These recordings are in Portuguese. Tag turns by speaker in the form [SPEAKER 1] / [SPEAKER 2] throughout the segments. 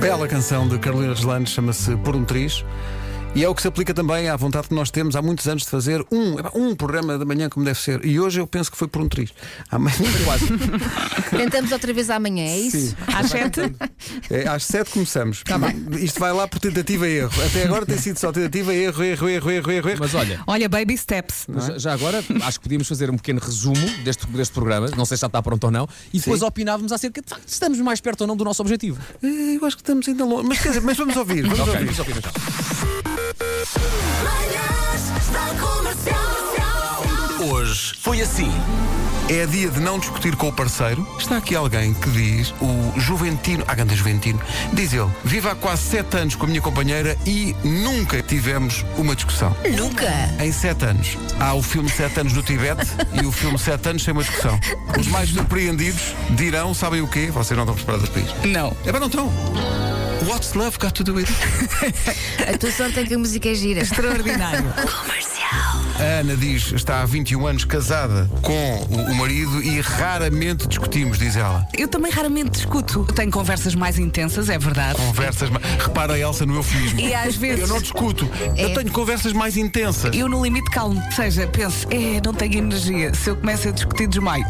[SPEAKER 1] bela canção de Carolina Gelano, chama-se Por um Triz. E é o que se aplica também à vontade que nós temos há muitos anos de fazer um, um programa da manhã como deve ser. E hoje eu penso que foi por um triz. Amanhã
[SPEAKER 2] É
[SPEAKER 1] quase.
[SPEAKER 3] Tentamos outra vez amanhã, é isso?
[SPEAKER 1] Sim.
[SPEAKER 2] Às sete? Tá
[SPEAKER 1] É, às sete começamos. Isto vai lá por tentativa e erro. Até agora tem sido só tentativa, erro, erro, erro, erro, erro. erro.
[SPEAKER 4] Mas olha,
[SPEAKER 2] Olha, baby steps.
[SPEAKER 4] já- já agora acho que podíamos fazer um pequeno resumo deste, deste programa, não sei se já está pronto ou não, e depois opinávamos acerca de facto, se estamos mais perto ou não do nosso objetivo.
[SPEAKER 1] Eh, Eu acho que estamos ainda longe. Mas, quer dizer, mas vamos ouvir. Vamos
[SPEAKER 4] ok,
[SPEAKER 1] ouvir.
[SPEAKER 4] vamos ouvir então.
[SPEAKER 5] Manhãs da Comercial.
[SPEAKER 1] Hoje foi assim. É dia de não discutir com o parceiro. Está aqui alguém que diz, o Juventino, ah, grande Juventino, diz ele, vivo há quase sete anos com a minha companheira e nunca tivemos uma discussão.
[SPEAKER 3] Nunca!
[SPEAKER 1] Em sete anos, há o filme Sete Anos no Tibete e o filme Sete Anos Sem Uma Discussão. Os mais surpreendidos dirão, sabem o quê? Vocês não estão preparados para isto.
[SPEAKER 2] Não.
[SPEAKER 1] É para não estão. What's love got to do with it?
[SPEAKER 3] A tua sorte é que a música é gira.
[SPEAKER 2] Extraordinário.
[SPEAKER 1] A Ana diz está há 21 anos casada com o o marido e raramente discutimos, diz ela.
[SPEAKER 2] Eu também raramente discuto. Tenho conversas mais intensas, é verdade.
[SPEAKER 1] Conversas. ma- Repara, Elsa, no eufemismo.
[SPEAKER 2] E às vezes- É.
[SPEAKER 1] Eu não discuto. Eu tenho conversas mais intensas.
[SPEAKER 2] Eu, no limite, calmo. Ou seja, penso, é, não tenho energia. Se eu começo a discutir, desmaio.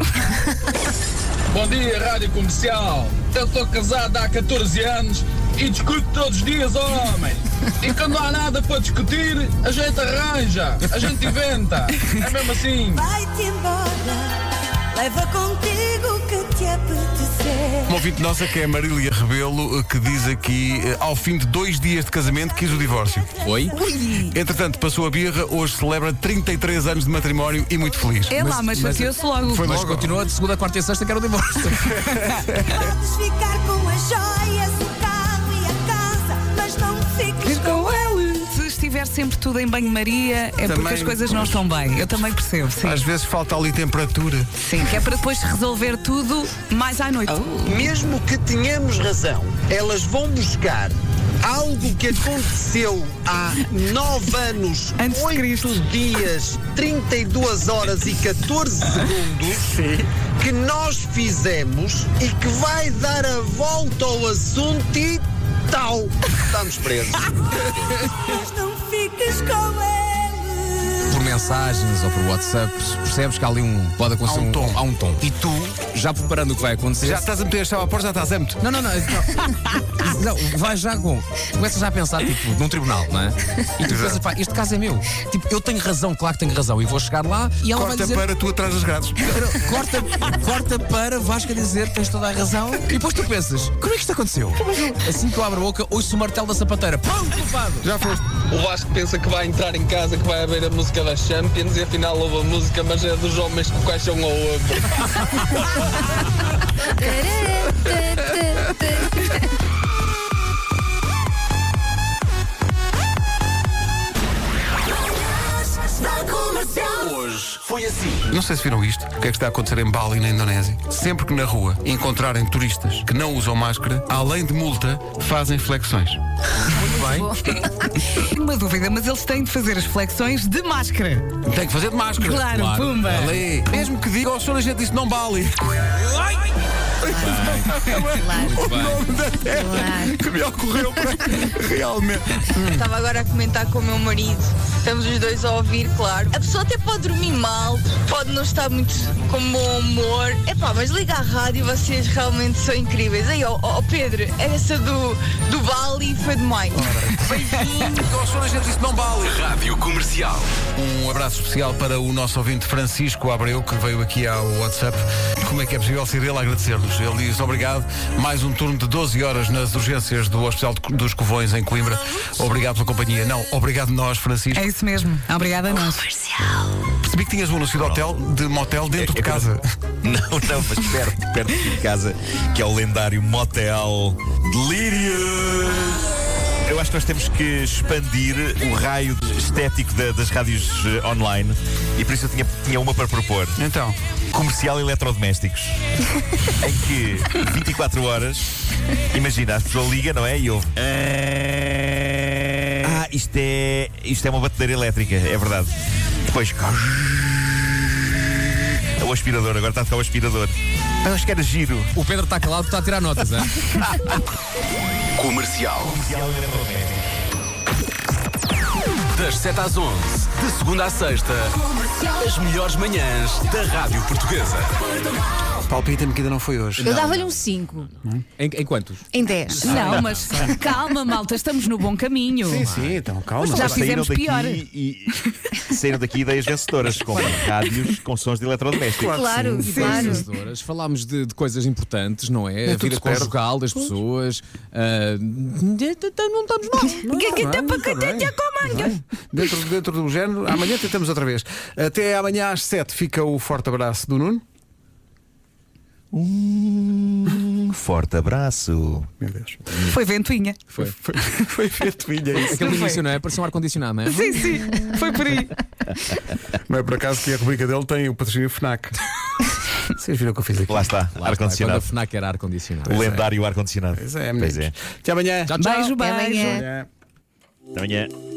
[SPEAKER 6] Bom dia, Rádio Comercial. Eu estou casado há 14 anos e discuto todos os dias, homem. E quando não há nada para discutir, a gente arranja, a gente inventa. É mesmo assim.
[SPEAKER 5] Vai-te embora, leva contigo o que te apetecer.
[SPEAKER 1] Uma ouvinte nossa que é a Marília Rebelo eh, que diz aqui, eh, ao fim de dois dias de casamento, quis o divórcio.
[SPEAKER 4] Oi?
[SPEAKER 1] Entretanto, passou a birra, hoje celebra 33 anos de matrimónio e muito feliz.
[SPEAKER 2] É lá, mas chateou-se logo.
[SPEAKER 1] Foi
[SPEAKER 4] Mas
[SPEAKER 1] logo.
[SPEAKER 4] continua de segunda, quarta e sexta, quero o divórcio.
[SPEAKER 5] Podes ficar com as joias, o carro e a casa, mas não fiques com ele.
[SPEAKER 2] Se estiver sempre tudo em banho-maria, é
[SPEAKER 1] Também-
[SPEAKER 2] porque as coisas não estão bem. Eu também percebo, sim.
[SPEAKER 1] Às vezes falta ali temperatura.
[SPEAKER 2] Sim, que é para depois resolver tudo mais à noite.
[SPEAKER 7] Mesmo que tenhamos razão, elas vão buscar algo que aconteceu há 9 anos,
[SPEAKER 2] Antes de
[SPEAKER 7] 8
[SPEAKER 2] Cristo.
[SPEAKER 7] dias, 32 horas e 14 segundos que nós fizemos e que vai dar a volta ao assunto e tal. Estamos presos.
[SPEAKER 5] Mas não fiques com ele.
[SPEAKER 4] Por mensagens ou por WhatsApp, percebes que há ali um. Pode acontecer
[SPEAKER 1] Há um tom.
[SPEAKER 4] Há um tom. E tu, já preparando o que vai acontecer.
[SPEAKER 1] Já tá- estás a meter a chave à porta, já estás a meter.
[SPEAKER 4] Não, não, não. não. Não, vai já com. Começas já a pensar, tipo, num tribunal, não é? E tu pensas, pá, este caso é meu. Tipo, eu tenho razão, claro que tenho razão. E vou chegar lá e ela vai
[SPEAKER 1] Corta
[SPEAKER 4] dizer.
[SPEAKER 1] para tu atrás das grades.
[SPEAKER 4] Corta, corta para Vasco a dizer que tens toda a razão. E depois tu pensas, como é que isto aconteceu? Assim que eu abro a boca, ouço o martelo da sapateira. Pum, culpado!
[SPEAKER 1] Já foste.
[SPEAKER 6] O Vasco pensa que vai entrar em casa, que vai haver a música da Champions e afinal houve a música, mas é dos homens que quais são ao outro.
[SPEAKER 5] Manhãs da é Comercial.
[SPEAKER 1] Não sei se viram isto, o que é que está a acontecer em Bali, na Indonésia. Sempre que na rua encontrarem turistas que não usam máscara, além de multa, fazem flexões.
[SPEAKER 2] Tenho uma dúvida, mas eles têm de fazer as flexões de máscara.
[SPEAKER 1] Tem que fazer de máscara.
[SPEAKER 2] Claro, pumba.
[SPEAKER 1] Ali. Mesmo que diga ao senhor, a gente disse não vale.
[SPEAKER 3] Claro.
[SPEAKER 1] Que me ocorreu para realmente.
[SPEAKER 8] Estava agora a comentar com o meu marido. Estamos os dois a ouvir, claro. A pessoa até pode dormir mal, pode não estar muito com bom humor. Epá, mas liga à rádio, vocês realmente são incríveis. Aí, ó ó, Pedro, essa do, do Bali foi demais.
[SPEAKER 1] Diga ao senhor, a gente disse não vale. Rádio Comercial. Um abraço especial para o nosso ouvinte Francisco Abreu, que veio aqui ao WhatsApp. Como é que é possível ser ele a agradecer-nos? Ele diz obrigado. Mais um turno de 12 horas nas urgências do Hospital de Co- dos Covões, em Coimbra. Obrigado pela companhia. Não, obrigado nós, Francisco.
[SPEAKER 2] É isso mesmo. Obrigada a nós.
[SPEAKER 1] Percebi que É tinhas um anúncio de hotel, de motel, dentro de casa.
[SPEAKER 9] Não, não, mas perto, perto de casa, que é o lendário Motel Delirious. Eu acho que nós temos que expandir o raio estético da- das rádios eh, online e por isso eu tinha, tinha uma para propor.
[SPEAKER 1] Então,
[SPEAKER 9] Comercial Eletrodomésticos. em que 24 horas, imagina, a pessoa liga, não é? E ouve. Ah, isto é, isto é uma batedeira elétrica, é verdade. Depois. É o aspirador, agora está a tocar o aspirador. Pá, Eu acho que era giro.
[SPEAKER 6] O Pedro está calado porque está a tirar notas, é?
[SPEAKER 4] Comercial. Das 7 às 11, de segunda à sexta, as melhores manhãs da Rádio Portuguesa.
[SPEAKER 1] Palpita-me que ainda não foi hoje.
[SPEAKER 3] Eu dava-lhe um 5
[SPEAKER 6] Em, em quantos?
[SPEAKER 3] em 10.
[SPEAKER 2] Não, mas calma, malta, estamos no bom caminho.
[SPEAKER 1] Sim, sim, então calma.
[SPEAKER 2] Já
[SPEAKER 9] saíram
[SPEAKER 2] fizemos
[SPEAKER 9] daqui
[SPEAKER 2] pior.
[SPEAKER 9] e saíram daqui ideias vencedoras com rádios com sons de eletrodomésticos.
[SPEAKER 3] Claro, claro.
[SPEAKER 6] Vencedoras. Falámos de, de coisas importantes, não é? A
[SPEAKER 1] tudo
[SPEAKER 6] vida
[SPEAKER 1] se perde.
[SPEAKER 6] conjugal das pessoas. ah, não estamos mal.
[SPEAKER 3] é
[SPEAKER 2] Que- que tá pra- que- que- que-
[SPEAKER 1] Bem, Dentro, dentro do género, amanhã tentamos outra vez. Até amanhã às 7 fica o forte abraço do Nuno.
[SPEAKER 9] Um forte abraço.
[SPEAKER 1] Meu Deus.
[SPEAKER 10] Foi ventoinha.
[SPEAKER 6] Foi.
[SPEAKER 1] Foi, foi feito vinha isso.
[SPEAKER 6] Aquele
[SPEAKER 10] Não foi.
[SPEAKER 6] início, não é? Parecia um ar-condicionado,
[SPEAKER 1] Uhum.
[SPEAKER 6] não é?
[SPEAKER 10] Sim, sim, foi por aí.
[SPEAKER 1] Não é por acaso que a rubrica dele tem o patrocínio FNAC. Vocês viram o que eu fiz aqui?
[SPEAKER 9] Lá está, é
[SPEAKER 6] Lá está, Quando a
[SPEAKER 9] ar-condicionado.
[SPEAKER 6] FNAC era ar-condicionado.
[SPEAKER 9] O lendário ar-condicionado.
[SPEAKER 1] Pois é, meninos. Até amanhã.
[SPEAKER 6] Tchau, tchau.
[SPEAKER 10] Beijo, beijo.
[SPEAKER 3] Até amanhã.
[SPEAKER 9] é.
[SPEAKER 1] amanhã.
[SPEAKER 9] Até amanhã.